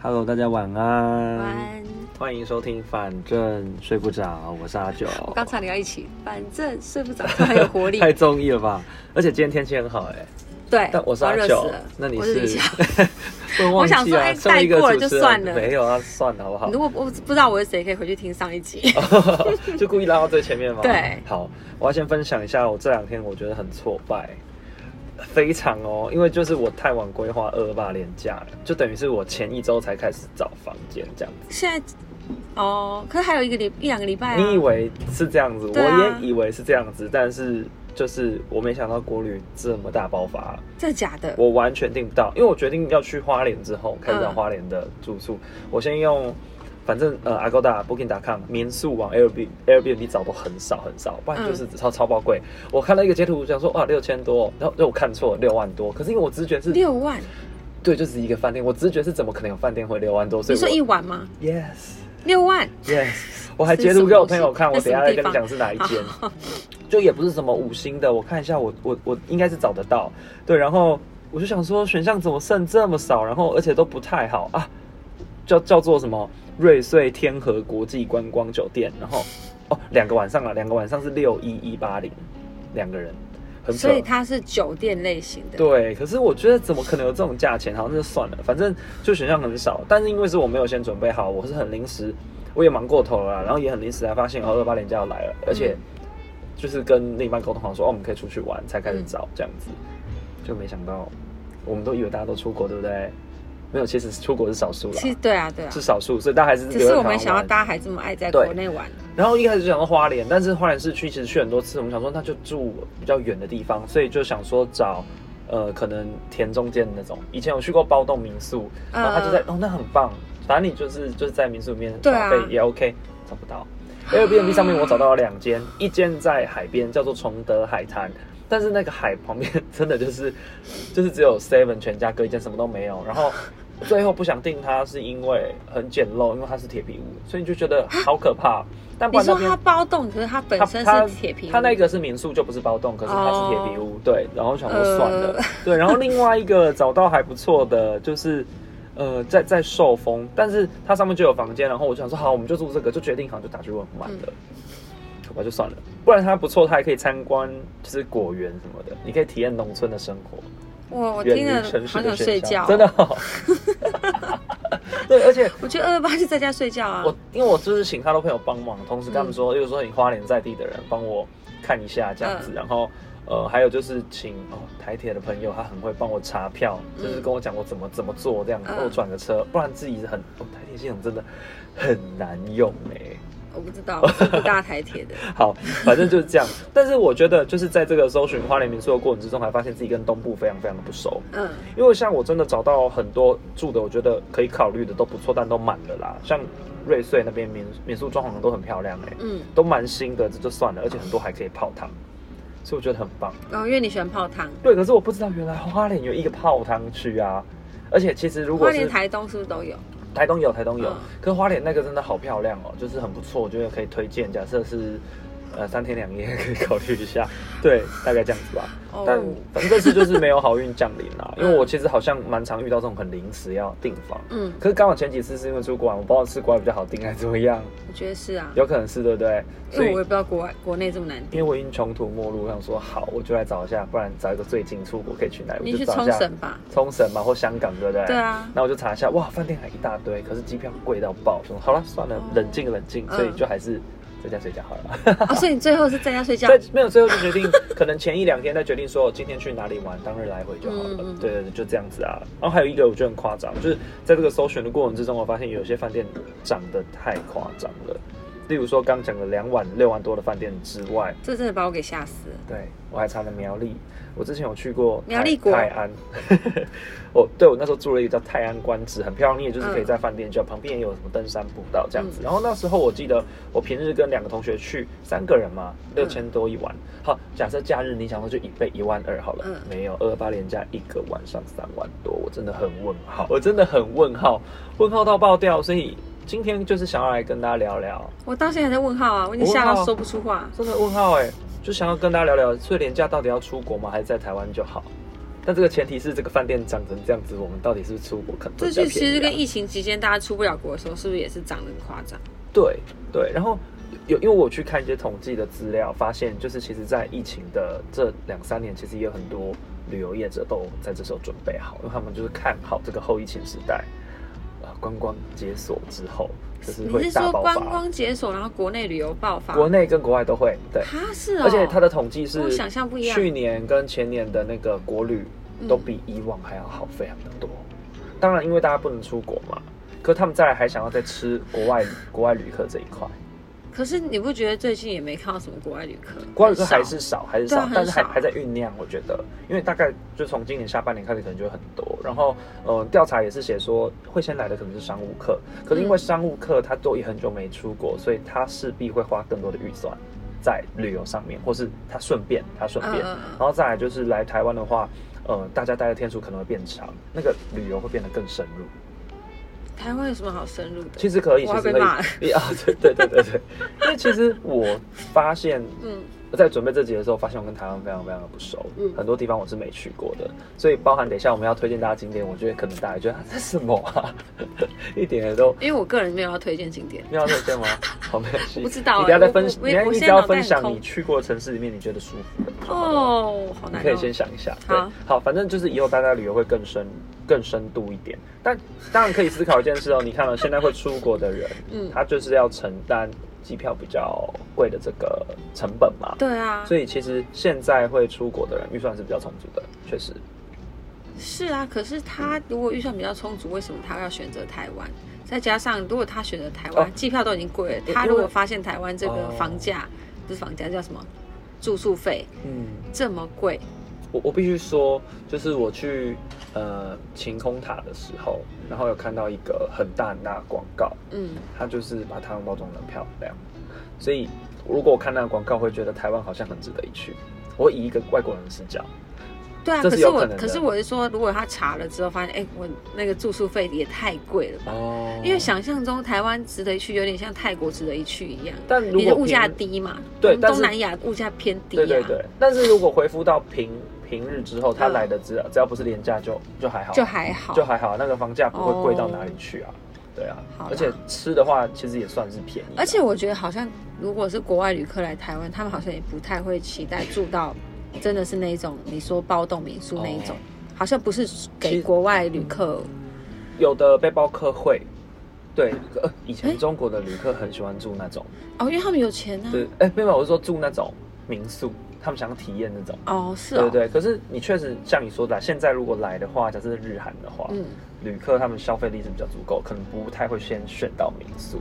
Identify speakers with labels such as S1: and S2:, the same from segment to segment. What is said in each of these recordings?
S1: Hello，大家晚安，
S2: 晚
S1: 欢迎收听，反正睡不着，我是阿九。
S2: 我 刚差点要一起，反正睡不着就很有活力。
S1: 太综艺了吧？而且今天天气很好哎、
S2: 对，
S1: 但我是阿
S2: 热死
S1: 九
S2: 了，。
S1: 那你
S2: 我
S1: 是
S2: 李想？
S1: 不能忘
S2: 我
S1: 记啊
S2: 想说哎
S1: 身为一个
S2: 带过了
S1: 主持
S2: 就
S1: 人
S2: 算了
S1: 没有啊，算了好不好？哦
S2: 如果我不知道我是谁，可以回去听上一集。
S1: 就故意拉到最前面吗？
S2: 对
S1: 好，我要先分享一下我这两天我觉得很挫败，非常哦，因为就是我太晚规划二八年假了，就等于是我前一周才开始找房间这样子。
S2: 现在哦，可是还有一个礼一两个礼拜啊。
S1: 你以为是这样子，
S2: 对啊
S1: 我也以为是这样子，但是就是我没想到国旅这么大爆发，
S2: 这假的？
S1: 我完全订不到，因为我决定要去花莲之后，开
S2: 嗯
S1: 始找花莲的住宿，我先用。反正呃，Agoda、Booking.com、民宿网、Airbnb、Airbnb 找都很少很少，不然
S2: 嗯
S1: 就是超、超爆贵。我看到一个截图，想说哇啊六千多，然后就我看错了六万多。可是因为我直觉是，
S2: 六万？
S1: 对，就是一个饭店，我直觉是怎么可能有饭店会六万多？所
S2: 你
S1: 以
S2: 说
S1: 我
S2: 一晚吗？
S1: yes
S2: 六万？
S1: yes，我 还
S2: 是
S1: 截图
S2: 什么
S1: 给我
S2: 东
S1: 朋
S2: 西
S1: 友看，我
S2: 在
S1: 等一下再
S2: 什么地
S1: 跟你
S2: 方
S1: 讲是哪一 间。就也不是什么五星的，我看一下我，我我应该是找得到。对，然后我就想说选项怎么剩这么少，然后而且都不太好啊，叫叫做什么瑞穗天河国际观光酒店，然后哦两个晚上啊，两个晚上是六一一八零，两个人很扯
S2: 所。以它是酒店类型的。
S1: 对，啊可是我觉得怎么可能有这种价钱？好像就算了，反正就选项很少。但是因为是我没有先准备好，我是很临时，我也忙过头了啦，然后也很临时才发现哦，二八年假要来了，
S2: 嗯
S1: 而且就是跟另一半沟通好说，哦，我们可以出去玩，才开始
S2: 嗯
S1: 找这样子，就没想到我们都以为大家都出国，对不对？没有，其实出国是少数啦
S2: 其，实对啊，对啊
S1: 是。少数，所以大家还是留
S2: 只
S1: 在
S2: 是我
S1: 台
S2: 们
S1: 湾
S2: 想要
S1: 玩
S2: 大家还这么爱在
S1: 对
S2: 国内玩，
S1: 然后一开始就想到花莲，但是花莲市区其实去很多次，我们想说那就住比较远的地方，所以就想说找呃可能田中间的那种。以前有去过包栋民宿，然后他就在、哦那很棒，反正你就是就是在民宿里面
S2: 对
S1: 耍
S2: 啊
S1: 费也 OK，找不到。Airbnb 上面我找到了两间，一间在海边叫做崇德海滩，但是那个海旁边真的就是 就是只有 Seven 全家各一间，什么都没有。然后最后不想订它是因为很简陋，因为它是铁皮屋，所以你就觉得好可怕。但不然
S2: 你
S1: 那
S2: 说
S1: 边
S2: 它包栋，可是它本
S1: 它
S2: 身
S1: 它
S2: 是铁皮屋，哦
S1: 它那个是民宿，就不是包栋，可是它是铁皮屋。对，然后想说算了，
S2: 呃
S1: 对，然后另外一个找到还不错的就是。呃，在在寿丰，但是它上面就有房间，然后我就想说好，我们就住这个，就决定好就打去问完了，
S2: 嗯
S1: 好吧就算了。不然它不错，它还可以参观就是果园什么的，你可以体验农村的生活。
S2: 我我
S1: 远
S2: 听
S1: 离
S2: 了
S1: 城市
S2: 好
S1: 的
S2: 想
S1: 喧
S2: 睡
S1: 嚣
S2: 觉，
S1: 真的、。哦。 对，而且
S2: 我觉得二二八就在家睡觉啊。
S1: 我因为我就是请太多朋友帮忙，同时跟他们说，例如说你花莲在地的人帮我看一下这样子，
S2: 嗯
S1: 然后呃还有就是请哦台铁的朋友，他很会帮我查票，
S2: 嗯
S1: 就是跟我讲我怎么怎么做这样，
S2: 嗯
S1: 帮我转个车，不然自己很、哦、台铁系统真的很难用哎、
S2: 我不知道，我是不搭台铁的。
S1: 好，反正就是这 样。但是我觉得就是在这个搜寻花莲民宿的过程之中，还发现自己跟东部非常非常的不熟。
S2: 嗯，
S1: 因为像我真的找到很多住的，我觉得可以考虑的都不错，但都满了啦。像瑞穗那边民民宿装潢都很漂亮哎、
S2: 嗯，
S1: 都蛮新的，这就算了，而且很多还可以泡汤，所以我觉得很棒。
S2: 然后因为你喜欢泡汤，
S1: 对，可是我不知道原来花莲有一个泡汤区啊，而且其实如
S2: 花
S1: 果
S2: 莲、
S1: 是
S2: 台东是不是都有？
S1: 台东有台东有
S2: 嗯，
S1: 可是花莲那个真的好漂亮哦，就是很不错，我觉得可以推荐。假设是呃三天两夜可以考虑一下，对，大概这样子吧。
S2: 哦
S1: 但反正这次就是没有好运降临 啦，因
S2: 嗯
S1: 为我其实好像蛮常遇到这种很临时要订房，
S2: 嗯，
S1: 可是刚好前几次是因为出国玩，我不知道是国外比较好订还是怎么样，
S2: 我觉得是啊，
S1: 有可能是对不对？
S2: 因
S1: 所
S2: 为
S1: 以
S2: 嗯我也不知道国外国内这么难
S1: 因为我已经穷途末路，我想说好，我就来找一下，不然找一个最近出国可以去哪里，
S2: 你
S1: 我就
S2: 去
S1: 找
S2: 冲
S1: 一下
S2: 绳吧。
S1: 冲绳嘛或香港，对不对？
S2: 对啊，
S1: 那我就查一下，哇，饭店还一大堆，可是机票贵到爆，说好了，算了，
S2: 哦
S1: 冷静冷静，
S2: 嗯
S1: 所以就还是在家睡觉好了。
S2: 哦，所以你最后是在家睡觉
S1: 在，没有最后就决定，可能前一两天再决定说今天去哪里玩，当日来回就好了。
S2: 嗯嗯
S1: 对对对，就这样子啊。然后还有一个我觉得很夸张，就是在这个搜寻的过程之中，我发现有些饭店涨得太夸张了，例如说刚讲的两晚六万多的饭店之外，
S2: 这真的把我给吓死了。
S1: 对，我还查了苗栗，我之前有去过
S2: 苗
S1: 泰
S2: 栗国
S1: 泰安， 我对我那时候住了一个叫泰安官址，很漂亮，你也就是
S2: 嗯
S1: 可以在饭店就旁边也有什么登山步道这样子。然后那时候我记得我平日跟两个同学去，三个人嘛，
S2: 嗯
S1: 六千多一晚。好，假设假日你想说就一倍一万二好了，
S2: 嗯
S1: 没有二八连假一个晚上三万多，我真的很问号，我真的很问号，问号到爆掉，所以。今天就是想要来跟大家聊聊，
S2: 我到现在还在问号啊，我已经吓到说不出话。
S1: 欸真的问号哎、就想要跟大家聊聊，所以廉价到底要出国吗？还是在台湾就好？但这个前提是这个饭店涨成这样子，我们到底是不是出国可能会
S2: 这
S1: 比较
S2: 就
S1: 便宜、啊？
S2: 其实跟疫情期间大家出不了国的时候，是不是也是涨得很夸张？
S1: 对对，然后有因为我去看一些统计的资料，发现就是其实，在疫情的这两三年，其实也有很多旅游业者都在这时候准备好，因为他们就是看好这个后疫情时代，呃，观光解锁之后，就是
S2: 你
S1: 会
S2: 是
S1: 大
S2: 说
S1: 爆
S2: 观
S1: 发，
S2: 光解锁，然后国内旅游爆发？
S1: 国内跟国外都会对，
S2: 啊，是哦，
S1: 而且它的统计
S2: 跟
S1: 是
S2: 我想象不一样嗯
S1: 去年跟前年的那个国旅都比以往还要好非常的多。当然，因为大家不能出国嘛，可他们再来还想要再吃国外 国外旅客这一块。
S2: 可是你不觉得最近也没看到什么国外旅客？
S1: 国外旅客
S2: 很少
S1: 还是少，还是
S2: 对啊
S1: 少，
S2: 很
S1: 但是还
S2: 少
S1: 还在酝酿，我觉得，因为大概就从今年下半年开始，可能就会很多。然后，呃，调查也是写说，会先来的可能是商务客，可是因为
S2: 嗯
S1: 商务客他都也很久没出国，所以他势必会花更多的预算在旅游上面，或是他顺便他顺便，
S2: 嗯嗯嗯
S1: 然后再来就是来台湾的话，呃，大家待的天数可能会变长，那个旅游会变得更深入。
S2: 台湾有什么好深入的？
S1: 其实可以，
S2: 我
S1: 其
S2: 要
S1: 实
S2: 被
S1: 可
S2: 骂了
S1: 以 啊，对对对对对，因为其实我发现
S2: 嗯，
S1: 我在准备这集的时候，发现我跟台湾非常非常的不熟，
S2: 嗯
S1: 很多地方我是没去过的，所以包含等一下我们要推荐大家景点，我觉得可能大家觉得啊这什么啊， 一点也都
S2: 因为我个人没有要推荐景点，
S1: 没有推荐吗？好，没关系，
S2: 我不知道欸
S1: 你等一下再
S2: 我
S1: 分
S2: 我
S1: 享，
S2: 我
S1: 你
S2: 我
S1: 你只
S2: 现在
S1: 要
S2: 脑袋
S1: 分
S2: 很
S1: 享
S2: 空
S1: 你去过的城市里面你觉得舒服的就好了
S2: 哦，好
S1: 你
S2: 难、哦。
S1: 可以先想一下。对
S2: 好，
S1: 好，反正就是以后大家旅游会更深、更深度一点。但当然可以思考一件事哦，你看了现在会出国的人，
S2: 嗯
S1: 他就是要承担机票比较贵的这个成本嘛。
S2: 对啊，
S1: 所以其实现在会出国的人预算是比较充足的，确实。
S2: 是啊，可是他如果预算比较充足，为什么他要选择台湾？再加上如果他选择台湾，
S1: 哦
S2: 机票都已经贵了，
S1: 因
S2: 他
S1: 因
S2: 如
S1: 为
S2: 果发现台湾这个
S1: 哦
S2: 房价、不是房价叫什么住宿费
S1: 嗯，
S2: 这么贵，
S1: 我我必须说，就是我去呃晴空塔的时候，然后有看到一个很大很大的广告，
S2: 嗯，
S1: 它就是把台湾包装的漂亮，所以如果我看那个广告，会觉得台湾好像很值得一去。我以一个外国人的视角，
S2: 对啊。
S1: 这是
S2: 可是
S1: 有
S2: 我
S1: 可能的
S2: 可是我是说，如果他查了之后发现，哎、我那个住宿费也太贵了吧？
S1: 哦
S2: 因为，想象中台湾值得一去，有点像泰国值得一去一样。
S1: 但如果
S2: 你的物价
S1: 平
S2: 低啊嘛，
S1: 对
S2: 东
S1: 但是
S2: 东南亚物价偏低、啊，
S1: 对对对，但是如果回复到平平日之后，它
S2: 嗯
S1: 来的只要只要不是廉价就就还好，
S2: 就还好，哦
S1: 就还好，那个房价不会贵到哪里去啊。对啊
S2: 好啦，
S1: 而且吃的话其实也算是便宜啊，
S2: 而且我觉得好像，如果是国外旅客来台湾，他们好像也不太会期待住到，真的是那一种你说包栋民宿那一种，
S1: 哦
S2: 好像不是
S1: 其
S2: 给
S1: 实嗯
S2: 国外旅客。
S1: 有的背包客会。对，呃，以前中国的旅客很喜欢住那种，
S2: 哦，因为他们有钱啊。
S1: 对，哎、没有，我是说住那种民宿，他们想体验那种，
S2: 哦，是
S1: 对
S2: 哦。
S1: 不对？可是你确实像你说的啊，现在如果来的话，假设是日韩的话，
S2: 嗯，
S1: 旅客他们消费力是比较足够，可能不太会先选到民宿，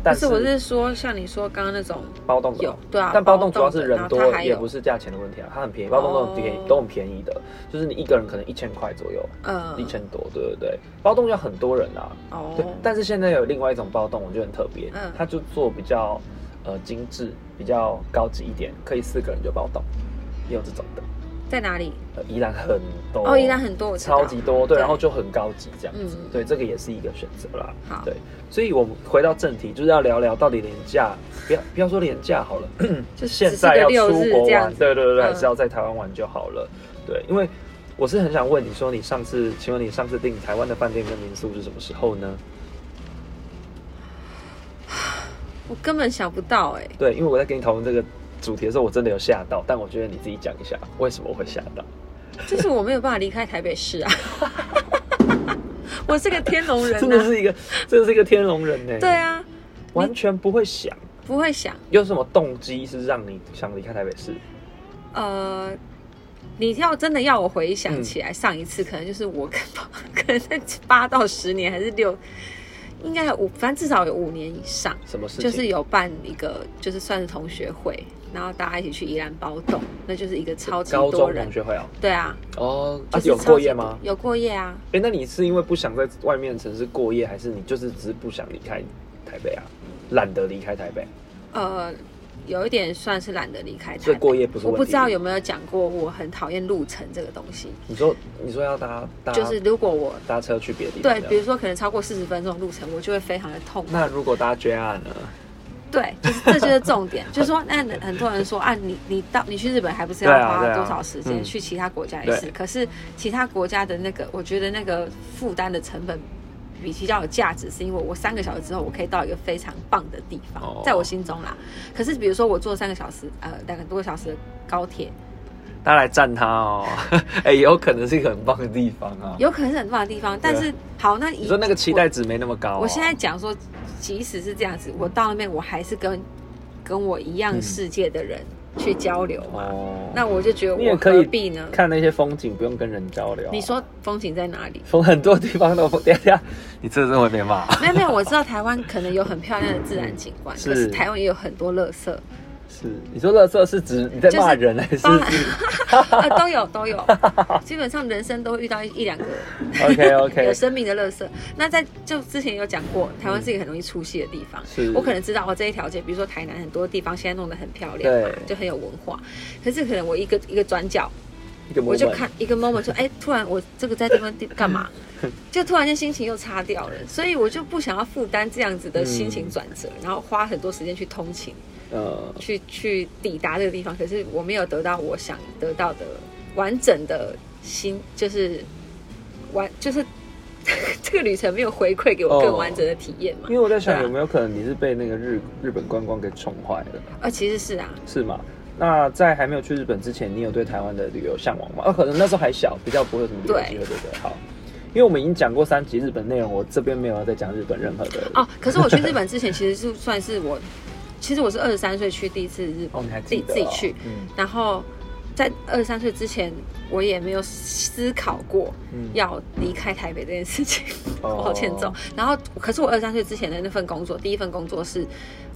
S1: 但
S2: 但是我是说，像你说刚刚那种，
S1: 包栋的
S2: 有对啊
S1: 但包栋主要是
S2: 包
S1: 人
S2: 栋的然后
S1: 多
S2: 它，还有
S1: 也不是价钱的问题啊，它很便宜，包栋都很便宜
S2: 哦，
S1: 都很便宜的，就是你一个人可能一千块左右，
S2: 呃
S1: 一，千多，对对对，包栋要很多人啊。对，
S2: 哦，
S1: 但是现在有另外一种包栋，我觉得很特别，
S2: 嗯
S1: 它就做比较呃精致、比较高级一点，可以四个人就包栋，也有这种的。
S2: 在哪里？
S1: 呃，宜兰很多，
S2: 哦，依然很多，我知道
S1: 超级多，对，
S2: 对
S1: 然后就很高级这样子，
S2: 嗯
S1: 对，这个也是一个选择啦。
S2: 好
S1: 对，所以我们回到正题，就是要聊聊到底廉价，不要不要说廉价好了，
S2: 就
S1: 现在要出
S2: 只是个六
S1: 国
S2: 日这样
S1: 玩，
S2: 子
S1: 对对对对，还是
S2: 嗯
S1: 要在台湾玩就好了。对，因为我是很想问你说，你上次，请问你上次订台湾的饭店跟民宿是什么时候呢？
S2: 我根本想不到哎、
S1: 对，因为我在跟你讨论这个主题的时候，我真的有吓到，但我觉得你自己讲一下为什么会吓到。
S2: 就是我没有办法离开台北市啊。 我是个天龙 人
S1: 真的
S2: 啊，
S1: 是一个，真的是一个天龙人呢、
S2: 对，啊，
S1: 完全不会想，
S2: 不会想。
S1: 有什么动机是让你想离开台北市？
S2: 呃，你要真的要我回想起来，上一次可能就是我跟可能在八到十年还是六，应该有五，反正至少有五年以上，
S1: 什么事情？
S2: 就是有办一个就是算是同学会，然后大家一起去宜兰包栋，那就是一个超级
S1: 高
S2: 多
S1: 中
S2: 人
S1: 同，学会哦。
S2: 对啊，
S1: 哦，
S2: 就
S1: 啊，
S2: 是
S1: 有
S2: 超级
S1: 过夜吗
S2: 多？？有过夜啊，
S1: 哎、那你是因为不想在外面城市过夜，还是你就是只是不想离开台北啊？懒得离开台北，
S2: 呃。有一点算是懒得离开台北，
S1: 所以过夜不是
S2: 我
S1: 问题
S2: 不知道有没有讲过，我很讨厌路程这个东西。
S1: 你说你说要搭搭
S2: 就是如果我
S1: 搭车去别的地方
S2: 对
S1: 这，样，
S2: 比如说可能超过四十分钟的路程，我就会非常的痛苦。
S1: 那如果搭 JR 呢？
S2: 对，就是这就是重点，就是说，那很多人说啊，你你到你去日本还不是要
S1: 对啊
S2: 花
S1: 对啊
S2: 多少时间？
S1: 嗯
S2: 去其他国家也是，
S1: 对
S2: 可是其他国家的那个，我觉得那个负担的成本比较有价值，是因为我三个小时之后我可以到一个非常棒的地方，
S1: 哦
S2: 在我心中啦。可是比如说我坐三个小时，呃，两个多个小时的高铁，
S1: 大家来赞他哦， 哎、也有可能是一个很棒的地方啊。
S2: 有可能是很棒的地方，但是好，那
S1: 你
S2: 你
S1: 说那个期待值没那么高、啊
S2: 我现在讲说，即使是这样子，我到那边我还是跟跟我一样
S1: 嗯
S2: 世界的人去交流嘛。
S1: 哦，
S2: 啊那我就觉得
S1: 你也
S2: 我
S1: 可以
S2: 何必呢？
S1: 看那些风景，不用跟人交流啊、？
S2: 你说风景在哪里
S1: 从很多地方都有风，等一下，你这真的会被骂。
S2: 没有没有，我知道台湾可能有很漂亮的自然景 观，
S1: 是
S2: 可是台湾也有很多垃圾，
S1: 是，你说垃圾是指你在骂人还是
S2: 当然 啊都有都有，基本上人生都会遇到一一两个
S1: ？OK
S2: 有
S1: OK，
S2: 生命的垃圾。那在就之前有讲过，台湾是一个很容易出戏的地方。
S1: 是
S2: 我可能知道哦，这一条街，比如说台南很多地方现在弄得很漂亮嘛
S1: 对，
S2: 就很有文化。可是可能我一个一个转角，
S1: 一个 moment
S2: 我就看一个 moment 说，哎、突然我这个在这边地干 嘛？就突然间心情又差掉了，所以我就不想要负担这样子的心情
S1: 嗯
S2: 转折，然后花很多时间去通勤，
S1: 呃，
S2: 去去抵达这个地方，可是我没有得到我想得到的完整的心，就是完就是 这个旅程没有回馈给我更
S1: 哦
S2: 完整的体验嘛
S1: 因。为我在想
S2: 对啊
S1: 有没有可能你是被那个日日本观光给宠坏了，
S2: 啊、其实是啊，
S1: 是吗？那在还没有去日本之前，你有对台湾的旅游向往吗？呃，可能那时候还小，比较不会有什么旅游
S2: 对
S1: 机会，对不对？好，因为我们已经讲过三集日本内容，我这边没有要再讲日本任何的。
S2: 哦，可是我去日本之前，其实是算是我， 其实我是二十三岁去第一次日
S1: 哦，
S2: 本，
S1: 你还记得、哦？
S2: 自己自己去
S1: 嗯
S2: 然后在二十三岁之前，我也没有思考过
S1: 嗯
S2: 要离开台北这件 事情，
S1: 哦
S2: 我好欠揍。然后，可是我二十三岁之前的那份工作，第一份工作是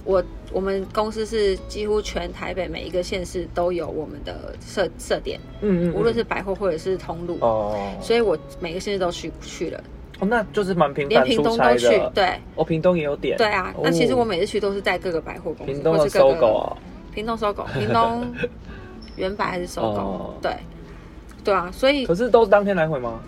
S2: 我我们公司是几乎全台北每一个县市都有我们的设设点，
S1: 嗯嗯嗯，
S2: 无论是百货或者是通路，
S1: 哦，
S2: 所以我每个县市都去去了，
S1: 哦，那就是蛮频
S2: 连
S1: 繁
S2: 屏
S1: 出
S2: 东
S1: 差的。
S2: 都去，对。
S1: 哦，屏东也有点。
S2: 对啊，那
S1: 哦
S2: 其实我每次去都是在各个百货公司，
S1: 屏东
S2: 或
S1: 的
S2: 是各
S1: 搜
S2: 个
S1: 狗哦，
S2: 屏东搜狗，屏东原百还是搜狗？
S1: 哦
S2: 对，对啊，所以
S1: 可是都是当天来回吗？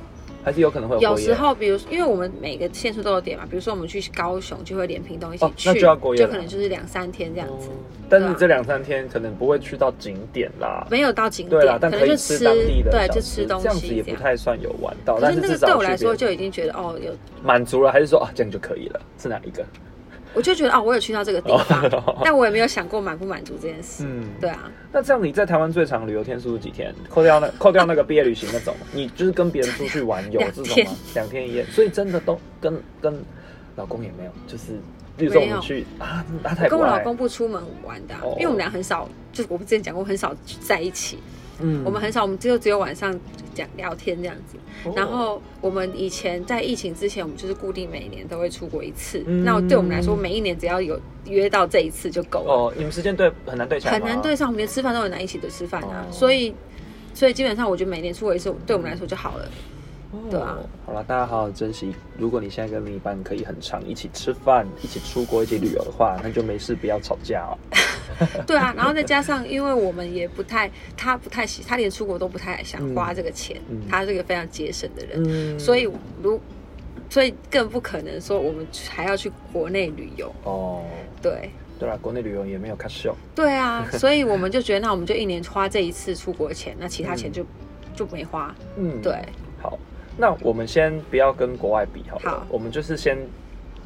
S1: 还是有可能会有
S2: 有
S1: 过夜
S2: 时候，比如因为我们每个县市都有点嘛，比如说我们去高雄就会连屏东一起
S1: 哦
S2: 去，
S1: 那就要过夜了
S2: 可能就是两三天这样子，
S1: 哦但是
S2: 对啊
S1: 你这两三天可能不会去到景点啦。
S2: 没有到景
S1: 哦对
S2: 点
S1: 啦，，但
S2: 能
S1: 以
S2: 就
S1: 吃当地的
S2: 对，
S1: 小
S2: 就吃东
S1: 这样子
S2: 西
S1: 也
S2: 这
S1: 不
S2: 样。
S1: 太算有玩到，
S2: 可
S1: 但
S2: 是
S1: 是
S2: 那
S1: 至
S2: 个
S1: 少
S2: 对我
S1: 去
S2: 来说
S1: 别
S2: 就已经觉得哦，有
S1: 满足了，还是说啊这样就可以了？是哪一个？
S2: 我就觉得哦，我有去到这个地方， 但我也没有想过满不满足这件事。
S1: 哦嗯，
S2: 对。啊，
S1: 那这样你在台湾最长旅游天数是几天？扣掉那扣掉那个毕业旅行那种，你就是跟别人出去玩有
S2: 两
S1: 这种
S2: 天
S1: 吗？两天一夜，所以真的都跟跟老公也没有，就是比如说我
S2: 没
S1: 们
S2: 有
S1: 去啊，那
S2: 我
S1: 泰
S2: 跟
S1: 国
S2: 我老
S1: 欸，
S2: 公不出门玩的啊、
S1: 哦
S2: 因为我们俩很少，就是我们之前讲过，很少在一起。
S1: 嗯
S2: 我们很少，我们只有只有晚上讲聊天这样子。
S1: 哦
S2: 然后我们以前在疫情之前，我们就是固定每年都会出国一次。
S1: 嗯
S2: 那对我们来说，每一年只要有约到这一次就够了，
S1: 哦，你们时间对很难对起来
S2: 很
S1: 吗，
S2: 难对上。我们连吃饭都很难一起的吃饭
S1: 啊
S2: 啊，
S1: 哦
S2: 所以所以基本上我觉得每年出国一次，对我们来说就好 了。
S1: 哦
S2: 对啊。
S1: 好了，大家好好珍惜。如果你现在跟另一半可以很长一起吃饭、一起出国、一起旅游的话，那就没事不要吵架哦。
S2: 对啊，然后再加上，因为我们也不太，他不太喜，他连出国都不太想花这个钱，
S1: 嗯
S2: 他是个非常节省的人。
S1: 嗯
S2: 所以如所以更不可能说我们还要去国内旅游，
S1: 哦，
S2: 对。
S1: 对了，国内旅游也没有卡秀。
S2: 对啊，所以我们就觉得，那我们就一年花这一次出国钱，那其他钱
S1: 嗯
S2: 就、就没花。
S1: 嗯，
S2: 对，
S1: 好，那我们先不要跟国外比好了，
S2: 好
S1: 我们就是先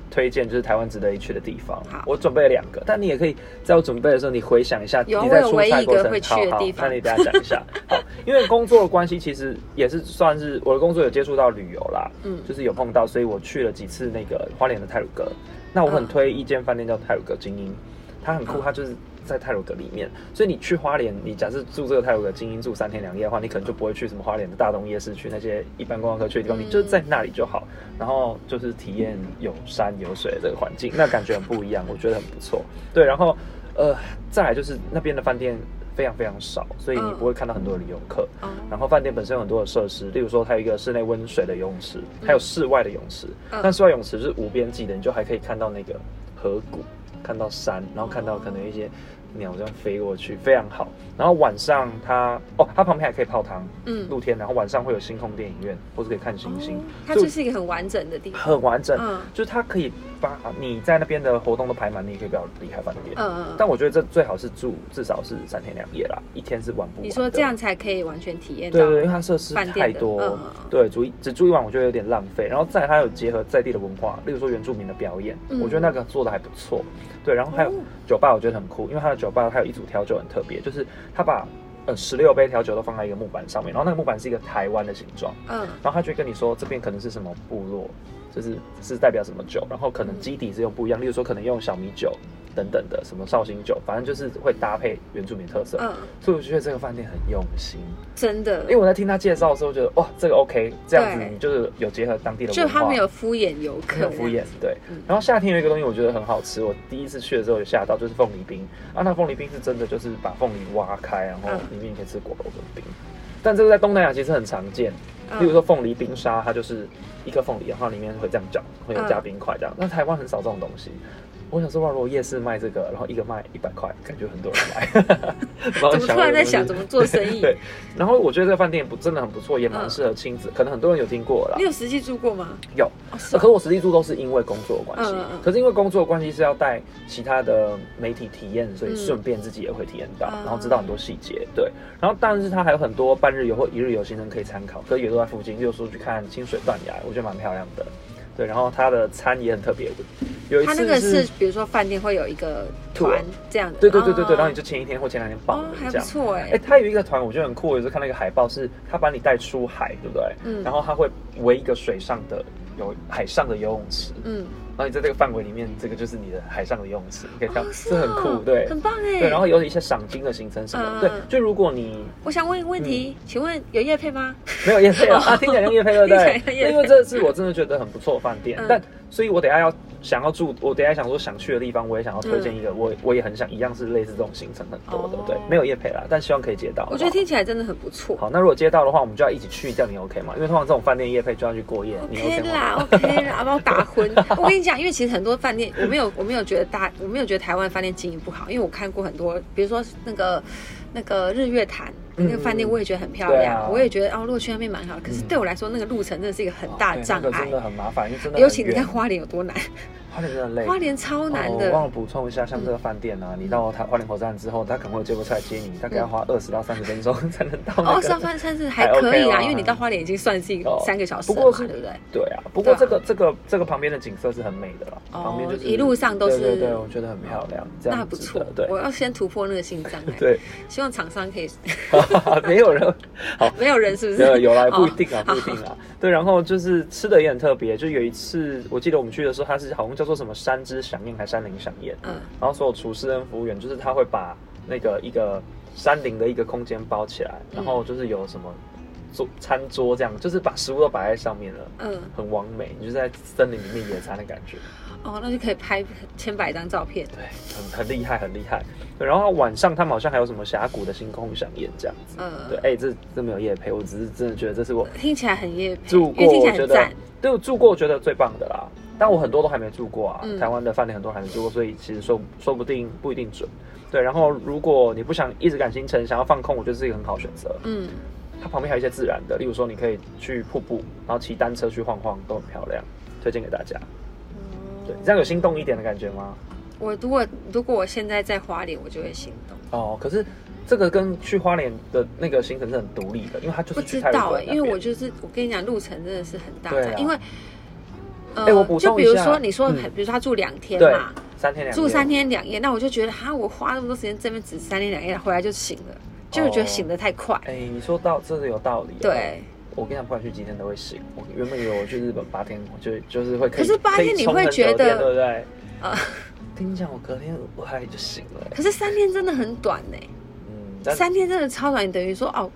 S1: 推荐就是台湾值得一去的地方
S2: 好。
S1: 我准备了两个，但你也可以在我准备的时候，你回想一下你
S2: 有
S1: 在
S2: 我有
S1: 出
S2: 唯
S1: 差
S2: 一一
S1: 过
S2: 个
S1: 程。
S2: 会去的
S1: 好好
S2: 地方
S1: 那你等一下讲一下。好，因为工作的关系，其实也是算是我的工作有接触到旅游啦，
S2: 嗯
S1: 就是有碰到，所以我去了几次那个花莲的泰鲁阁。那我很
S2: 嗯
S1: 推一间饭店叫泰鲁阁精英，它很酷，
S2: 嗯
S1: 它就是在泰鲁阁里面。所以你去花莲，你假设住这个泰鲁阁精英住三天两夜的话，你可能就不会去什么花莲的大东夜市，去那些一般观光客去的地方，
S2: 嗯
S1: 你就是在那里就好。然后就是体验有山有水的这个环境，那感觉很不一样，我觉得很不错。对，然后呃，再来就是那边的饭店非常非常少，所以你
S2: 嗯
S1: 不会看到很多的游客。
S2: 哦，
S1: 然后饭店本身有很多的设施，例如说它有一个室内温水的泳池，
S2: 嗯
S1: 还有室外的泳池。
S2: 嗯
S1: 那室外泳池是无边际的，你就还可以看到那个河谷，看到山，然后看到可能一些鸟这样飞过去，非常好。然后晚上它哦，它旁边还可以泡汤，
S2: 嗯，
S1: 露天，然后晚上会有星空电影院，或是可以看星星
S2: 哦，它
S1: 就
S2: 就是一个很完整的地方。
S1: 很完整。
S2: 嗯
S1: 就是它可以把你在那边的活动都排满，你也可以不要离开饭店。
S2: 嗯嗯
S1: 但我觉得这最好是住至少是三天两夜啦，一天是玩不完的。
S2: 你说这样才可以完全体验到
S1: 对对，因为它设施
S2: 饭店
S1: 太
S2: 的
S1: 多，
S2: 嗯嗯嗯
S1: 对，住一只住一晚我觉得有点浪费。然后再来它有结合在地的文化，例如说原住民的表演，
S2: 嗯
S1: 我觉得那个做的还不错。对，然后还有
S2: 哦
S1: 酒吧，我觉得很酷，因为它的酒吧它有一组调酒很特别，就是它把呃十六杯调酒都放在一个木板上面，然后那个木板是一个台湾的形状，
S2: 嗯
S1: 然后他就会跟你说这边可能是什么部落，就是是代表什么酒，然后可能
S2: 嗯
S1: 基底是用不一样，例如说可能用小米酒等等的，什么绍兴酒，反正就是会搭配原住民特色。
S2: 嗯，
S1: 所以我觉得这个饭店很用心，
S2: 真的
S1: 因，为我在听他介绍的时候觉得哇，这个 OK，这样子
S2: 对
S1: 你就是有结合当地的
S2: 就
S1: 文
S2: 他
S1: 化
S2: 没，有敷衍游
S1: 没
S2: 客，
S1: 有敷衍，对
S2: 嗯。
S1: 然后夏天有一个东西我觉得很好吃，我第一次去的时候有吓到，就是凤梨冰啊，那凤梨冰是真的就是把凤梨挖开，然后
S2: 嗯
S1: 里面可以吃果肉跟冰，但这个在东南亚其实很常见。
S2: 嗯
S1: 例如说凤梨冰沙，它就是一颗凤梨，然后里面会这样搅，会有加冰块
S2: 嗯
S1: 这样。那台湾很少这种东西。我想说，哇，如果夜市卖这个，然后一个卖一百块，感觉很多人买。
S2: 怎么突然在想
S1: 不知道为什
S2: 怎么做生意？
S1: 对，然后我觉得这个饭店不真的很不错，也蛮适合亲子，可能很多人有听过了
S2: 你
S1: 啦。
S2: 有实际住过吗？
S1: 有，呃
S2: 哦，是
S1: 可是
S2: 哦
S1: 我实际住都是因为工作的关系，啊
S2: 嗯嗯嗯
S1: 可是因为工作的关系是要带其他的媒体体验，所以
S2: 嗯
S1: 顺便自己也会体验到，
S2: 啊
S1: 然后知道很多细节。对，然后但是它还有很多半日游或一日游行程可以参考，可是也都在附近，就是说去看清水断崖，我觉得蛮漂亮的。对，然后它的餐也很特别的，有一
S2: 他
S1: 次
S2: 那个是比如说饭店会有一个团这样的，
S1: 对对对对对，
S2: 哦
S1: 然后你就前一天或前两天报
S2: 哦
S1: 名
S2: 还
S1: 这
S2: 不
S1: 样。
S2: 错哎
S1: 哎、，他有一个团，我觉得很酷。我有时候看到一个海报是，他把你带出海，对不对？
S2: 嗯
S1: 然后他会围一个水上的游海上的游泳池，
S2: 嗯，
S1: 然后你在这个范围里面，这个就是你的海上的游泳池，你可以看，
S2: 哦是
S1: 这很
S2: 哦
S1: 酷，对。
S2: 很棒哎。
S1: 对，然后有一些赏金的行程什么的，对。
S2: 嗯
S1: 就如果你
S2: 我想问一个问题，
S1: 嗯
S2: 请问有夜配吗？
S1: 没有夜配啊，啊听起来像夜配 对不
S2: 哦听起
S1: 对？
S2: 来像业
S1: 那
S2: 配
S1: 因为这次我真的觉得很不错的饭店，
S2: 嗯
S1: 但所以我等一下要想要住，我等一下想说想去的地方，我也想要推荐一个，我我也很想一样是类似这种行程很多的
S2: 嗯哦，
S1: 对，没有夜配啦，但希望可以接到。
S2: 我觉得
S1: 好不好
S2: 听起来真的很不错。
S1: 好，那如果接到的话，我们就要一起去，这样你 OK 吗？因为通常这种饭店夜配就要去过夜，你
S2: OK
S1: OK 吗？
S2: 啦，OK 啦，把我打昏。我跟你讲，因为其实很多饭店，我没有，我没有觉得大，我没有觉得台湾饭店经营不好，因为我看过很多，比如说那个那个日月潭
S1: 嗯
S2: 那个饭店，我也觉得很漂
S1: 对
S2: 亮，
S1: 啊
S2: 我也觉得哦，落去那边蛮好的。可是
S1: 嗯哦
S2: 对我来说，那个路程真的是一个很大的
S1: 对
S2: 障
S1: 那个
S2: 碍
S1: 真，的很麻烦，因为真的
S2: 尤
S1: 很
S2: 其你
S1: 远
S2: 看花莲有多难，
S1: 花莲真的累，
S2: 花莲超难
S1: 哦、忘了
S2: 的。
S1: 补充一下，像这个饭店啊，你到它花莲火车站之后，它可能会有接驳车来接你，大概要花二十到三十分钟 才能到那
S2: 嗯哦，
S1: 个。
S2: 上饭山是
S1: 还
S2: 还可以
S1: OK
S2: 啦，
S1: 啦
S2: 因为你到花莲已经算是一个
S1: 哦
S2: 三个小时
S1: 不
S2: 了
S1: 过
S2: 嘛，
S1: 是
S2: 对不对？
S1: 对啊，不过这个、
S2: 对
S1: 这个这个旁边的景色是很美的了，
S2: 哦
S1: 旁边就是
S2: 一路上都是
S1: 对对对，我觉得很漂亮，这
S2: 那
S1: 样
S2: 还不
S1: 子
S2: 错
S1: 的，对
S2: 我要先突破那 个心脏
S1: 对，
S2: 希望厂商可以，
S1: 没有人
S2: 没有人是不
S1: 对，
S2: 是？
S1: 有啦，
S2: 哦
S1: 不一定啊，不一定啊。对，然后就是吃的也很特别，就有一次我记得我们去的时候，它是好像叫做什么山之响宴还山林响宴，
S2: 嗯
S1: 然后所有厨师跟服务员就是他会把那个一个山林的一个空间包起来，然后就是有什么桌餐桌这样，就是把食物都摆在上面了。
S2: 嗯。
S1: 很完美，你就在森林里面野餐的感觉，
S2: 哦，那就可以拍千百张照片。
S1: 对，很很厉害，很厉害。对，然后晚上他们好像还有什么峡谷的星空响宴这样子，
S2: 呃，
S1: 对，哎、这这没有夜配，我只是真的觉得这是我
S2: 听起来很夜配，
S1: 住过，
S2: 因为听起
S1: 我
S2: 来
S1: 觉
S2: 很
S1: 得
S2: 赞。
S1: 对我住过，我觉得最棒的啦。但我很多都还没住过啊，
S2: 嗯
S1: 台湾的饭店很多还没住过，所以其实说说不定不一定准。对，然后如果你不想一直赶行程，想要放空，我觉得是一个很好选择。
S2: 嗯，
S1: 它旁边还有一些自然的，例如说你可以去瀑布，然后骑单车去晃晃，都很漂亮，推荐给大家。
S2: 嗯
S1: 对，这样有心动一点的感觉吗？
S2: 我如果如果我现在在花莲，我就会心动。
S1: 哦，可是这个跟去花莲的那个行程是很独立的，因为它就
S2: 不
S1: 是去
S2: 知
S1: 泰
S2: 道
S1: 鲁阁
S2: 哎、
S1: 那边。
S2: 因为我就是我跟你讲，路程真的是很大
S1: 对啊
S2: 因为呃
S1: 哎我补充一下
S2: 就比如说你说，
S1: 嗯
S2: 比如说他住两天
S1: 对
S2: 嘛，
S1: 三天两夜
S2: 住三天两夜，那我就觉得哈，我花那么多时间这边只三天两夜，回来就醒了，就是觉得醒得太快。
S1: 哎、你说到这是有道理、啊。
S2: 对，
S1: 我跟你讲，不管去几天都会醒。我原本以为我去日本八天，我就就是会可以。
S2: 可是八天你会
S1: 可以冲很久的
S2: 觉得
S1: 对不对？
S2: 啊、
S1: 跟你讲，我隔天我还就醒了、欸
S2: 可是三天真的很短欸呢、
S1: 嗯，但
S2: 三天真的超短，你等于说哦，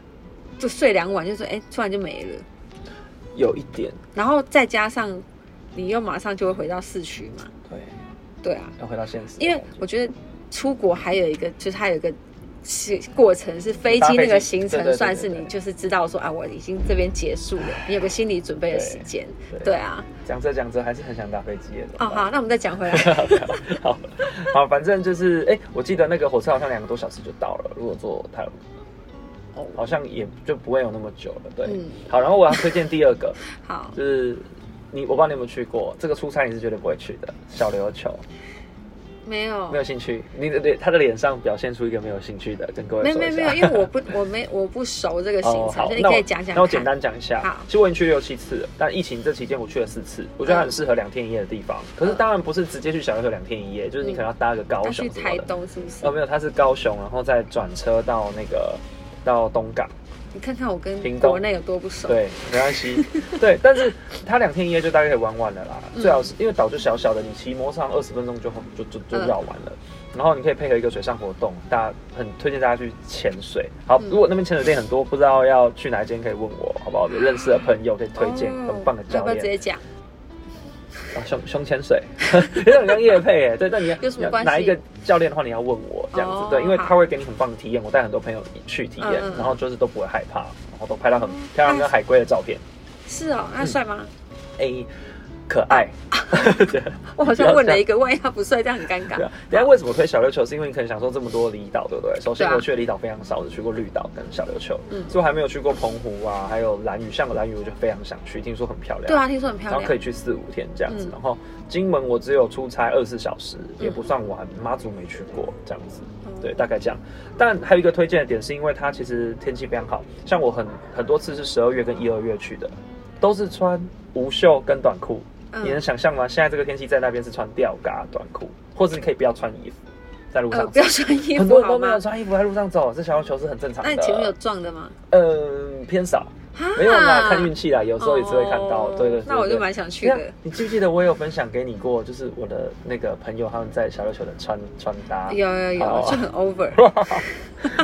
S2: 就睡两晚，就说哎、突然就没了，
S1: 有一点
S2: 然后再加上你又马上就会回到市区嘛，
S1: 对，
S2: 对啊，
S1: 要回到现实的感觉。
S2: 因为我觉得出国还有一个就是它有一个是过程是飞
S1: 搭飞
S2: 机
S1: 机
S2: 那个行
S1: 对对
S2: 程，
S1: 对
S2: 算
S1: 对
S2: 是你
S1: 对
S2: 就是知道说啊我已经这边结束了，你有个心理准备的时间，对啊，
S1: 讲着讲着还是很想搭飞机的。
S2: 哦好，那我们再讲回来，
S1: 好好，反正就是哎、我记得那个火车好像两个多小时就到了，如果坐泰鲁
S2: 哦
S1: 好像也就不会有那么久了。对，
S2: 嗯
S1: 好，然后我要推荐第二个，
S2: 好，
S1: 就是你我不知道你有没有去过，这个出差你是绝对不会去的。小琉球
S2: 没有
S1: 没有兴趣，你的脸他的脸上表现出一个没有兴趣的，跟各位
S2: 没
S1: 说
S2: 有
S1: 一下。
S2: 没有没有，因为我不 我没我不熟这个行
S1: 哦，
S2: 程，
S1: 好，
S2: 所以你
S1: 那我
S2: 可以讲讲看。
S1: 那我简单讲一下
S2: 好，
S1: 其实我已经去六七次了，但疫情这期间我去了四次，我觉得它很适合两天一夜的地方。可是当然不是直接去小琉球两天一夜，就是你可能要搭个高
S2: 要
S1: 雄
S2: 嗯去
S1: 什
S2: 台
S1: 么的。
S2: 东是不是
S1: 哦，？没有，它是高雄，然后再转车到那个到东港。
S2: 你看看我跟
S1: 屏东
S2: 国内有多不熟。
S1: 对，没关系。 对，但是它两天一夜就大概可以玩完了啦。
S2: 嗯
S1: 最好是因为岛就小小的，你骑摩托上二十分钟就就就就绕完了。
S2: 嗯
S1: 然后你可以配合一个水上活动，大家很推荐大家去潜水。好，
S2: 嗯
S1: 如果那边潜水店很多，不知道要去哪一间可以问我，好不好？有认识的朋友可以推荐，
S2: 哦
S1: 很棒的
S2: 要
S1: 教
S2: 不要直
S1: 练。
S2: 接讲？
S1: 啊，熊熊潜水， 有点像叶配 哎，对，但你要
S2: 有什么
S1: 你要
S2: 关系
S1: 哪一个教练的话，你要问我这样子
S2: 哦，
S1: 对，因为他
S2: 好
S1: 会给你很棒的体验。我带很多朋友去体验
S2: 嗯嗯，嗯
S1: 然后就是都不会害怕，然后都拍到很漂亮
S2: 那
S1: 跟海龟的照片。
S2: 是哦，
S1: 嗯
S2: 那帅吗？
S1: A 可爱。对
S2: 我好像问了一个，万一他不帅，这样很尴
S1: 对
S2: 尬
S1: 啊。等一下为什么推小琉球？是因为你可能想说这么多离岛，对不对？首先
S2: 对啊
S1: 我去的离岛非常少，只去过绿岛跟小琉球，
S2: 嗯
S1: 所以我还没有去过澎湖啊，还有兰屿。像兰屿我就非常想去，听说很漂亮。
S2: 对啊，听说很
S1: 然
S2: 漂
S1: 后可
S2: 亮
S1: 以。去四五天这样子，
S2: 嗯
S1: 然后金门我只有出差二十四小时，
S2: 嗯
S1: 也不算晚。妈祖没去过这样子，
S2: 嗯
S1: 对，大概这样。但还有一个推荐的点是因为它其实天气非常好，像我很很多次是十二月跟一二月去的，都是穿无袖跟短裤，你能
S2: 嗯，
S1: 想象吗？现在这个天气在那边是穿吊嘎短裤，或者你可以不要穿衣服，在路
S2: 呃，
S1: 上
S2: 不
S1: 走。
S2: 要穿衣
S1: 很多
S2: 服
S1: 人
S2: 好
S1: 都没
S2: 吗
S1: 有？穿衣服在路上走，这小琉球是很正常的。
S2: 那你前面有撞的吗？
S1: 嗯、偏少，
S2: 啊
S1: 没有啦，看运气啦，有时候也是会看到。
S2: 哦
S1: 对对对
S2: 那我就蛮想去的
S1: 对啊你记不记得我有分享给你过，就是我的那个朋友他们在小琉球的穿穿搭？
S2: 有有
S1: 好
S2: 有，
S1: 啊
S2: 就很 over。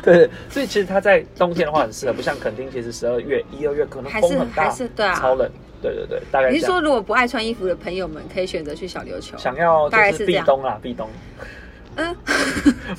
S1: 对，所以其实它在冬天的话很适合，不像垦丁，其实十二月、一二月可能
S2: 还
S1: 风
S2: 是
S1: 很大，
S2: 还是对啊
S1: 超冷。对对对，大概
S2: 你是
S1: 这样
S2: 说，如果不爱穿衣服的朋友们，可以选择去小琉球？
S1: 想要
S2: 哦大概
S1: 就是是
S2: 这
S1: 避
S2: 样
S1: 冬啦，避冬。
S2: 嗯，哦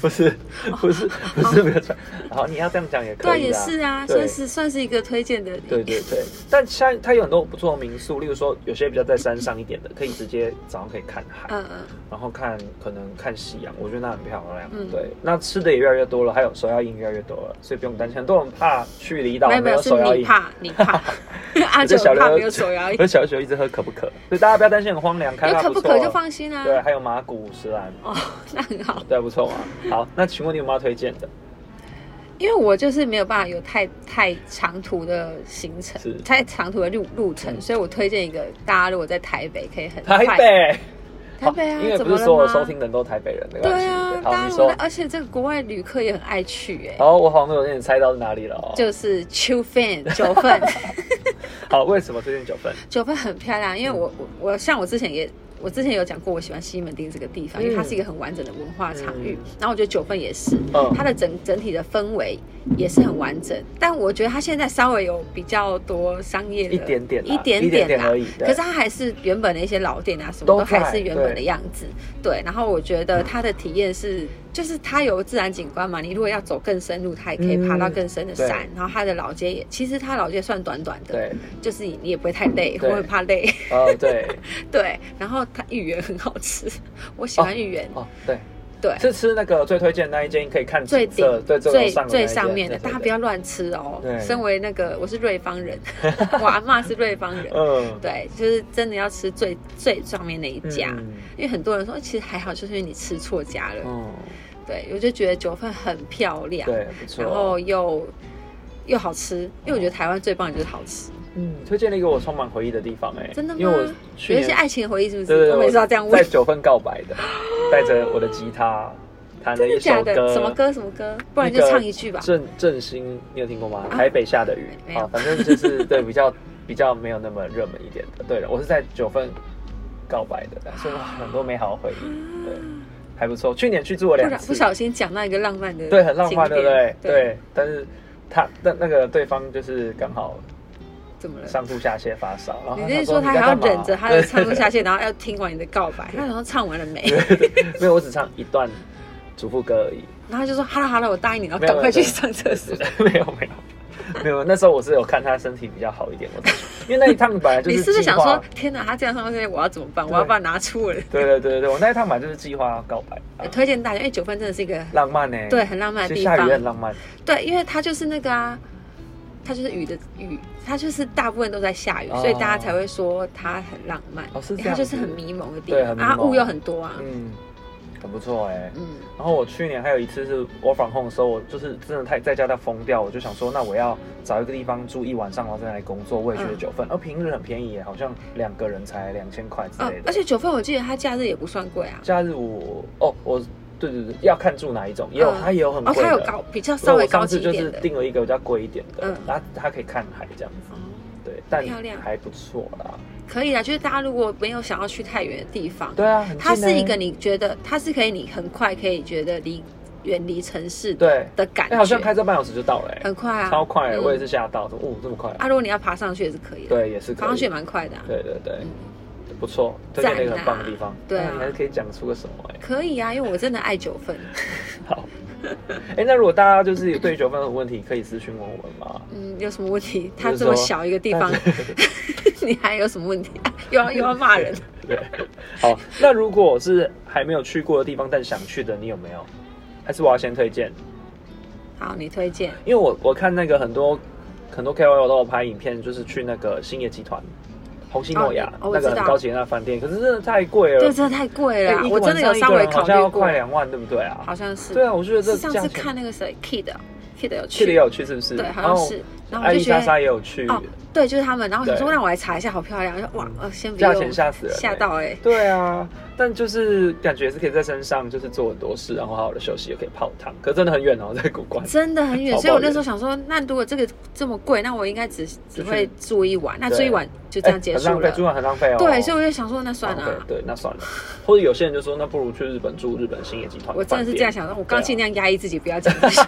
S1: 不 是不是不是没有穿，然后你要这样讲也可
S2: 对，
S1: 以
S2: 也
S1: 啊。
S2: 是啊，
S1: 对
S2: 算是算是一个推荐的。
S1: 对对对，但像它有很多不错的民宿，例如说有些比较在山上一点的，可以直接早上可以看海，
S2: 嗯嗯，
S1: 然后看可能看夕阳，我觉得那很漂亮。
S2: 嗯
S1: 对，那吃的也越来越多了，还有手摇饮越来越多了，所以不用担心。很多人怕去离岛
S2: 没有没有，
S1: 有
S2: 是
S1: 手摇
S2: 你
S1: 饮，
S2: 怕你怕， 阿
S1: 这
S2: 九
S1: 小
S2: 怕
S1: 琉
S2: 没有手摇饮
S1: 可，是小琉球一直喝可不可，所以大家不要担心很荒凉，开
S2: 有
S1: 发
S2: 可
S1: 不
S2: 不
S1: 错。
S2: 可就放心啊。
S1: 对，还有马古啊石兰，
S2: 哦， 那很好，
S1: 对，不错 嘛。好，那请问你有没有要推荐的？
S2: 因为我就是没有办法有太太长途的行程
S1: 是，嗯
S2: 太长途的路路程，所以我推荐一个，大家如果在台北可以很
S1: 台
S2: 快，
S1: 北。
S2: 台北啊
S1: 因为，
S2: 怎
S1: 不
S2: 么
S1: 是所
S2: 了
S1: 有
S2: 吗
S1: 收听的人都台北人，没关
S2: 对
S1: 系。
S2: 啊，
S1: 对好，
S2: 当
S1: 你
S2: 然
S1: 说
S2: 了，。而且这个国外旅客也很爱去哎、
S1: 好，我好像有点猜到是哪里了哦。
S2: 就是秋分九份，
S1: 好，为什么推荐九份？
S2: 九份很漂亮，因为我
S1: 嗯
S2: 我我像我之前也。我之前有讲过，我喜欢西门町这个地方，因为它
S1: 嗯
S2: 是一个很完整的文化场域。
S1: 嗯
S2: 然后我觉得九份也是，
S1: 嗯
S2: 它的整整体的氛围也是很完整。但我觉得它现在稍微有比较多商业的
S1: 一点点啦啊
S2: 一点
S1: 一点
S2: 点
S1: 点
S2: 啦
S1: 而已对
S2: 可是它还是原本的一些老店啊，什么
S1: 都
S2: 都还
S1: 在
S2: 是原
S1: 对
S2: 本的样子。对，然后我觉得它的体验是，就是它有自然景观嘛，你如果要走更深入，它也可以爬到
S1: 嗯
S2: 更深的
S1: 对
S2: 山。然后它的老街也，其实它老街算短短的，
S1: 对，
S2: 就是你也不会太累，
S1: 嗯对
S2: 我会怕累。
S1: 哦，对，
S2: 对，然后它芋圆很好吃， 我喜欢芋圆。
S1: 哦，对，
S2: 对，
S1: 是吃那个最推荐那一间，可以看
S2: 最
S1: 景
S2: 顶
S1: 色，对，
S2: 最
S1: 上
S2: 最
S1: 上
S2: 上面的，大家不，要乱吃哦
S1: 对。
S2: 身为那个我是瑞 芳人，我阿嬷是瑞芳人
S1: 对，对对嗯，
S2: 对，就是真的要吃最最上面那一家。
S1: 嗯
S2: 因为很多人说，其实还好，就是因为你吃错家了。
S1: 嗯，
S2: 对，我就觉得九份很漂亮，
S1: 对，不错。
S2: 然后又又好吃，因为我觉得台湾最棒的就是好吃，
S1: 嗯，推荐了一个我充满回忆的地方，哎，
S2: 真的吗
S1: 因为我去
S2: 有一些
S1: 年
S2: 爱情回忆是不
S1: 对
S2: 是？
S1: 对
S2: 我
S1: 对，
S2: 每次要这样
S1: 在
S2: 问，
S1: 九份告白的，带着我的吉他弹了
S2: 真
S1: 一
S2: 的
S1: 首
S2: 假的
S1: 歌，？
S2: 什么歌？什么歌？不然就
S1: 那个
S2: 唱一句吧。
S1: 郑郑兴，你有听过吗？
S2: 啊
S1: 台北下的雨，
S2: 没有
S1: 好，反正就是对比较比较没有那么热门一点的。对了，我是在九份告白的，所以哇很多美好的回忆，对，还不错。去年去住了
S2: 不
S1: 两
S2: 然
S1: 次，
S2: 不小心讲到一个浪漫的景点，
S1: 对，很浪漫，对不对？对，但是他那那个对方就是刚好
S2: 怎么了？
S1: 上吐下泻发烧，然后
S2: 你
S1: 他
S2: 是
S1: 说
S2: 说
S1: 你
S2: 他
S1: 在
S2: 还要
S1: 干嘛
S2: 忍着他的唱不下去，然后要听完你的告白？他想说唱完了没？
S1: 对 没有，我只唱一段主妇歌而已。
S2: 然后他就说好了好了，我答应你，然后
S1: 没有
S2: 赶快去
S1: 没有
S2: 上厕所。
S1: 没有没有没有，那时候我是有看他身体比较好一点，我才去因为那一趟本来就
S2: 你
S1: 是
S2: 是不是
S1: 计
S2: 想
S1: 划
S2: 说，天哪，他这样上厕所，我要怎么办？
S1: 对
S2: 我要不要拿出我的？
S1: 对对对对，我那一趟本来就是计划要告白，啊
S2: 呃推荐大家，因为九份真的是一个
S1: 浪漫呢、
S2: 对很浪漫的
S1: 其实
S2: 地
S1: 下雨也很
S2: 方，
S1: 浪漫，
S2: 对，因为它就是那个啊，它就是雨的雨，它就是大部分都在下雨，
S1: 哦
S2: 所以大家才会说它很浪漫。
S1: 哦是这
S2: 因为它
S1: 样
S2: 就是
S1: 子
S2: 很迷蒙的地
S1: 对
S2: 方，
S1: 很迷
S2: 啊，
S1: 蒙
S2: 雾又很多啊。
S1: 嗯，很不错哎、
S2: 嗯，
S1: 然后我去年还有一次是我返 home 的时候，我就是真的太在家到疯掉，我就想说，那我要找一个地方住一晚上，然后在那里工作。我也觉得
S2: 嗯
S1: 九份，而、平日很便宜耶，好像两个人才两千块之
S2: 啊
S1: 类的。，
S2: 而且九份我记得它假日也不算贵啊。
S1: 假日我哦，我对对对，要看住哪一种，也有、
S2: 嗯
S1: 它也有很
S2: 哦，
S1: 贵的。
S2: 它有高比较
S1: 所以
S2: 稍
S1: 我
S2: 微高
S1: 上
S2: 级
S1: 次
S2: 一
S1: 就
S2: 点
S1: 是
S2: 的。
S1: 订了一个比较贵一点的，
S2: 嗯
S1: 然后它可以看海这样子，
S2: 哦
S1: 对，但
S2: 漂亮
S1: 还不错啦。
S2: 可以啊，就是大家如果没有想要去太远的地方，
S1: 对啊，很
S2: 它
S1: 近
S2: 是一
S1: 呢
S2: 个你觉得它是可以你很快可以觉得离远离城市的
S1: 对，
S2: 的感
S1: 哎，好像
S2: 觉，
S1: 开车半小时就到了、哎
S2: 很快啊，
S1: 超快、
S2: 嗯
S1: 我也是吓到，说哦这么快，
S2: 啊，如果你要爬上去也是可以的，，
S1: 对，也是可
S2: 爬上
S1: 以
S2: 去也蛮快的啊，
S1: 对对对，
S2: 嗯
S1: 不错，推荐了一个
S2: 赞啊
S1: 很棒的地方。哎
S2: 对啊
S1: 那你还是可以讲出个什么哎、
S2: 可以啊，因为我真的爱九 份，
S1: 好，哎、那如果大家就是有对九份有问题，可以私讯问我们吗？
S2: 嗯，有什么问题？
S1: 比如
S2: 它这么小一个地方， 你还有什么问题？又要又要骂人？
S1: 对，好，那如果是还没有去过的地方，但想去的，你有没有？还是我要先推荐？
S2: 好，你推荐
S1: 因为我我看那个很多很多 KOL 都有拍影片，就是去那个兴业集团、红星诺亚、
S2: 哦我
S1: 那
S2: 知道
S1: 个很高级的那饭店，可是真的太贵了。
S2: 对，真的太贵了啊
S1: 哎，一个
S2: 我真的有
S1: 晚上一
S2: 稍
S1: 个
S2: 微
S1: 人
S2: 考
S1: 好像
S2: 虑
S1: 要
S2: 过
S1: 快，两万，对不对啊？
S2: 好像是，
S1: 对啊，我觉得这
S2: 是上次
S1: 价钱
S2: 看那个谁 Kid，Kid
S1: 去
S2: 有
S1: 的
S2: 去
S1: 也，有去，是不是？
S2: 对，
S1: 然
S2: 好像
S1: 后
S2: 是，然后
S1: 艾
S2: 我就
S1: 丽
S2: 觉
S1: 莎莎
S2: 得。
S1: 也有去，
S2: 哦，对，就是他们。然后想说，
S1: 对嗯
S2: 让我来查一下，好漂亮。我说哇，呃，先不
S1: 价
S2: 用，
S1: 钱吓死人、
S2: 吓。到哎、欸，
S1: 对啊，但就是感觉是可以在山上，就是做很多事，然后好好的休息，也可以泡汤。可是真的很远哦， 在古关。
S2: 真的很远。
S1: 超
S2: 所以我
S1: 抱
S2: 那
S1: 怨
S2: 时候想说，那如果这个这么贵，那我应该只
S1: 就
S2: 只
S1: 去
S2: 会住一晚，那
S1: 对
S2: 住一晚就这样结
S1: 哎
S2: 束
S1: 很浪
S2: 了。
S1: 费，住完很浪费哦。
S2: 对，所以我就想说，那算
S1: 浪
S2: 了
S1: 费、
S2: 啊、
S1: 对，那算了。或者有些人就说，那不如去日本住日本兴业集团。
S2: 我真的是这样。想的，我刚
S1: 对啊
S2: 尽量压抑自己，不要讲这 些。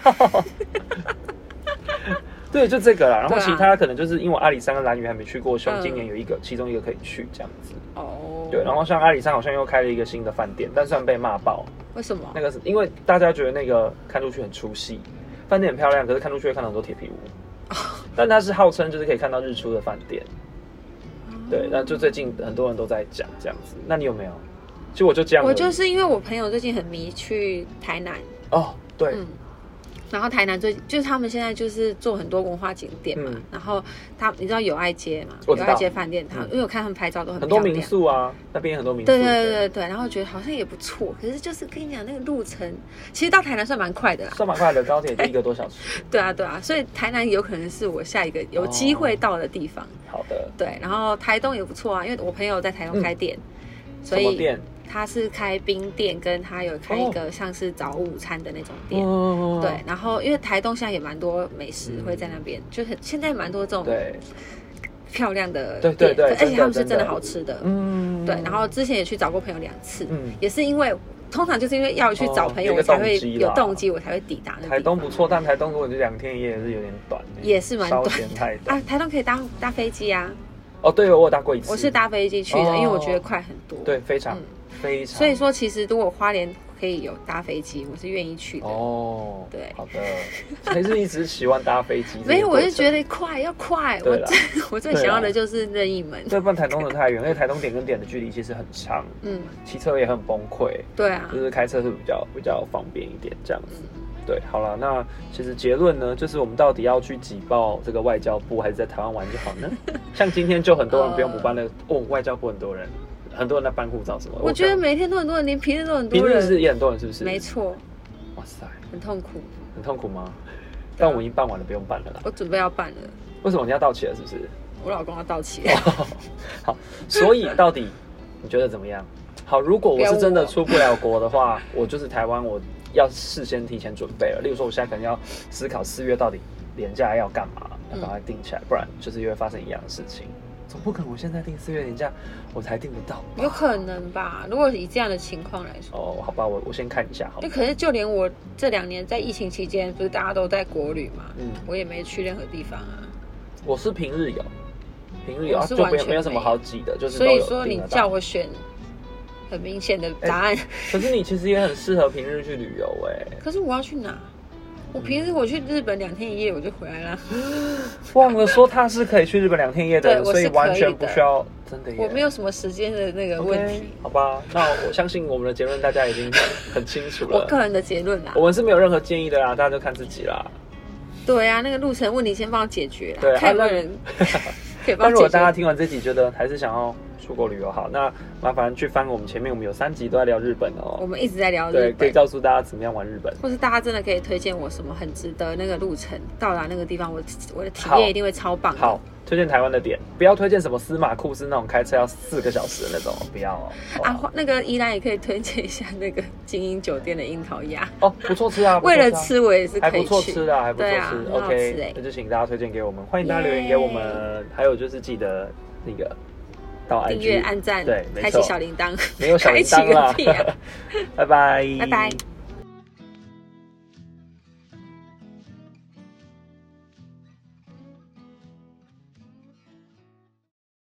S1: 对，就这个啦。然后
S2: 对啊
S1: 其他可能就是因为阿里山跟蓝屿还没去过，像
S2: 嗯
S1: 今年有一个，其中一个可以去这样子。
S2: 哦，
S1: 对，然后像阿里山好像又开了一个新的饭店，但虽然被骂爆，
S2: 为什么
S1: 那？个是因为大家觉得那个看出去很出戏，饭店很漂亮，可是看出去会看到很多铁 皮屋。但它是号称就是可以看到日出的饭店，
S2: 嗯
S1: 对，那就最近很多人都在讲这样子。那你有没有？其实我就这样而已，
S2: 我就是因为我朋友最近很迷去台南，
S1: 哦，对，
S2: 嗯，然后台南最就是他们现在就是做很多文化景点嘛，
S1: 嗯
S2: 然后他你知道友爱街嘛，
S1: 我
S2: 友
S1: 知道
S2: 爱街饭店，他、
S1: 嗯
S2: 因为我看他们拍照都很
S1: 很
S2: 漂
S1: 多
S2: 亮
S1: 民宿啊，那边有很多民宿，
S2: 对对对对对，然后觉得好像也不错，可是就是跟你讲那个路程，其实到台南算蛮快的啦。
S1: 算蛮快的，高铁就一个多小时。
S2: 对啊对啊，所以台南有可能是我下一个有
S1: 哦
S2: 机会到的地方。
S1: 好的，
S2: 对，然后台东也不错啊，因为我朋友在台东开店，所
S1: 嗯什么
S2: 以
S1: 店？
S2: 他是开冰店，跟他有开一个像是早午餐的那种店。
S1: 嗯
S2: 对，然后因为台东现在也蛮多美食会在那边，就很现在蛮多这种
S1: 对，
S2: 漂亮的
S1: 对对
S2: 店，
S1: 对
S2: 而且他们是
S1: 真的
S2: 真的
S1: 真的
S2: 好吃的。
S1: 嗯
S2: 对，然后之前也去找过朋友两次，
S1: 嗯，
S2: 也是因为通常就是因为要去找朋
S1: 哦有
S2: 友，我
S1: 个
S2: 才会
S1: 动机啦
S2: 有动机，我才会抵达那
S1: 台
S2: 地方
S1: 东不错，但台东如果就两天一夜也是有点短欸，
S2: 也是蛮短
S1: 稍嫌太短
S2: 啊，。台东可以搭搭飞机啊，
S1: 哦，对，我有搭过一次，
S2: 我是搭飞机去的，
S1: 哦
S2: 因为我觉得快很多。
S1: 对，非常
S2: 嗯
S1: 非常，
S2: 所以说其实如果花莲可以有搭飞机，我是愿意去的。
S1: 哦，
S2: 对
S1: 好的，还是一直喜欢搭飞机
S2: 。没有，我就觉
S1: 得，
S2: 得快要快，我
S1: 对啊啦
S2: 我最想要的就是任意门。
S1: 这不然台东人太远，因为台东点跟点的距离其实很长，
S2: 嗯，
S1: 骑车也很崩溃，
S2: 对啊
S1: 就，是开车是比较比较方便一点这样子。对，好了，那其实结论呢，就是我们到底要去挤爆这个外交部，还是在台湾玩就好 呢？像今天就很多人不用补办了，哦，外交部很多人，很多人在办护照什么。
S2: 呃我觉得
S1: 看
S2: 每天都很多人，连平日都很
S1: 平
S2: 多
S1: 日是
S2: 人，
S1: 也很多人，是不是？
S2: 没。错，
S1: 哇塞，
S2: 很痛苦。
S1: 很痛苦吗？但我们已经办完了，不用办了啦。
S2: 我准备要办了，
S1: 为什么你要到期了？是不是？
S2: 我老公要到期了。
S1: 哦好，所以到底你觉得怎么 样？好，如果我是真的出不了国的话，我就是台湾，我要事先提前准备了。例如说，我现在可能要思考四月到底年假要干嘛，
S2: 嗯
S1: 要赶快定起来，不然就是又会发生一样的事情。总不可能我现在定四月年假，我才定得到吧
S2: 有可能吧？如果以这样的情况来说，
S1: 哦，好吧，我我先看一下好
S2: 那
S1: 了。
S2: 可是就连我这两年在疫情期间，不是大家都在国旅嘛，
S1: 嗯
S2: 我也没去任何地方啊。
S1: 我是平日有，平日有，
S2: 我
S1: 啊
S2: 是
S1: 就
S2: 完
S1: 没有
S2: 全
S1: 没有什么
S2: 没
S1: 好挤的，就是
S2: 所
S1: 都
S2: 以
S1: 有
S2: 说
S1: 定
S2: 你
S1: 得到哎
S2: 叫我选，很明显的答案。
S1: 可是你其实也很适合平日去旅游哎、
S2: 可是我要去哪？我平时我去日本两天一夜我就回来了，
S1: 忘了说他是可以去日本两天一夜的人，
S2: 对我
S1: 所
S2: 是
S1: 以完
S2: 可以
S1: 全不
S2: 的
S1: 需要真的耶。
S2: 我没有什么时间的那个问题。
S1: OK，好吧，那我相信我们的结论大家已经很清楚
S2: 我
S1: 了。
S2: 个人的结论啦
S1: 我，们是没有任何建议的啦，大家就看自己啦。
S2: 对啊，那个路程问题先帮我解决
S1: 对
S2: 啦，
S1: 啊
S2: 看有没有
S1: 那
S2: 人 可以帮
S1: 那
S2: 我
S1: 如果
S2: 解
S1: 大家
S2: 决。
S1: 听完这集觉得还是想要出国旅游，好，那麻烦去翻我们前面，我们有三集都在聊日本
S2: 我
S1: 哦。
S2: 们一直在聊
S1: 对，
S2: 日
S1: 可以
S2: 本，
S1: 告诉大家怎么样玩日本。
S2: 或是大家真的可以推荐我什么很值得那个路程，到达那个地方，我我的体
S1: 好
S2: 验一定会超棒的。
S1: 好，推荐台湾的点，不要推荐什么司马库斯那种开车要四个小时的那种，不要哦。好不
S2: 啊，
S1: 好
S2: 花那个依兰也可以推荐一下那个精英酒店的樱桃鸭，
S1: 哦，不错吃啊，不错
S2: 为
S1: 啊
S2: 了吃我也是
S1: 还
S2: 可
S1: 不
S2: 以
S1: 错
S2: 去。
S1: 吃的啊，还不错
S2: 对啊
S1: 吃。
S2: 很好
S1: OK，
S2: 吃欸
S1: 那就请大家推荐给我们，欢迎大家留言给我们。还有就是记得那个到
S2: 订阅、
S1: IG，
S2: 按赞
S1: 对没，
S2: 开启
S1: 错
S2: 小铃铛，
S1: 没有小
S2: 开
S1: 铃
S2: 启
S1: 铛
S2: 个
S1: 啦
S2: 屁啊！
S1: 拜拜，
S2: 拜拜。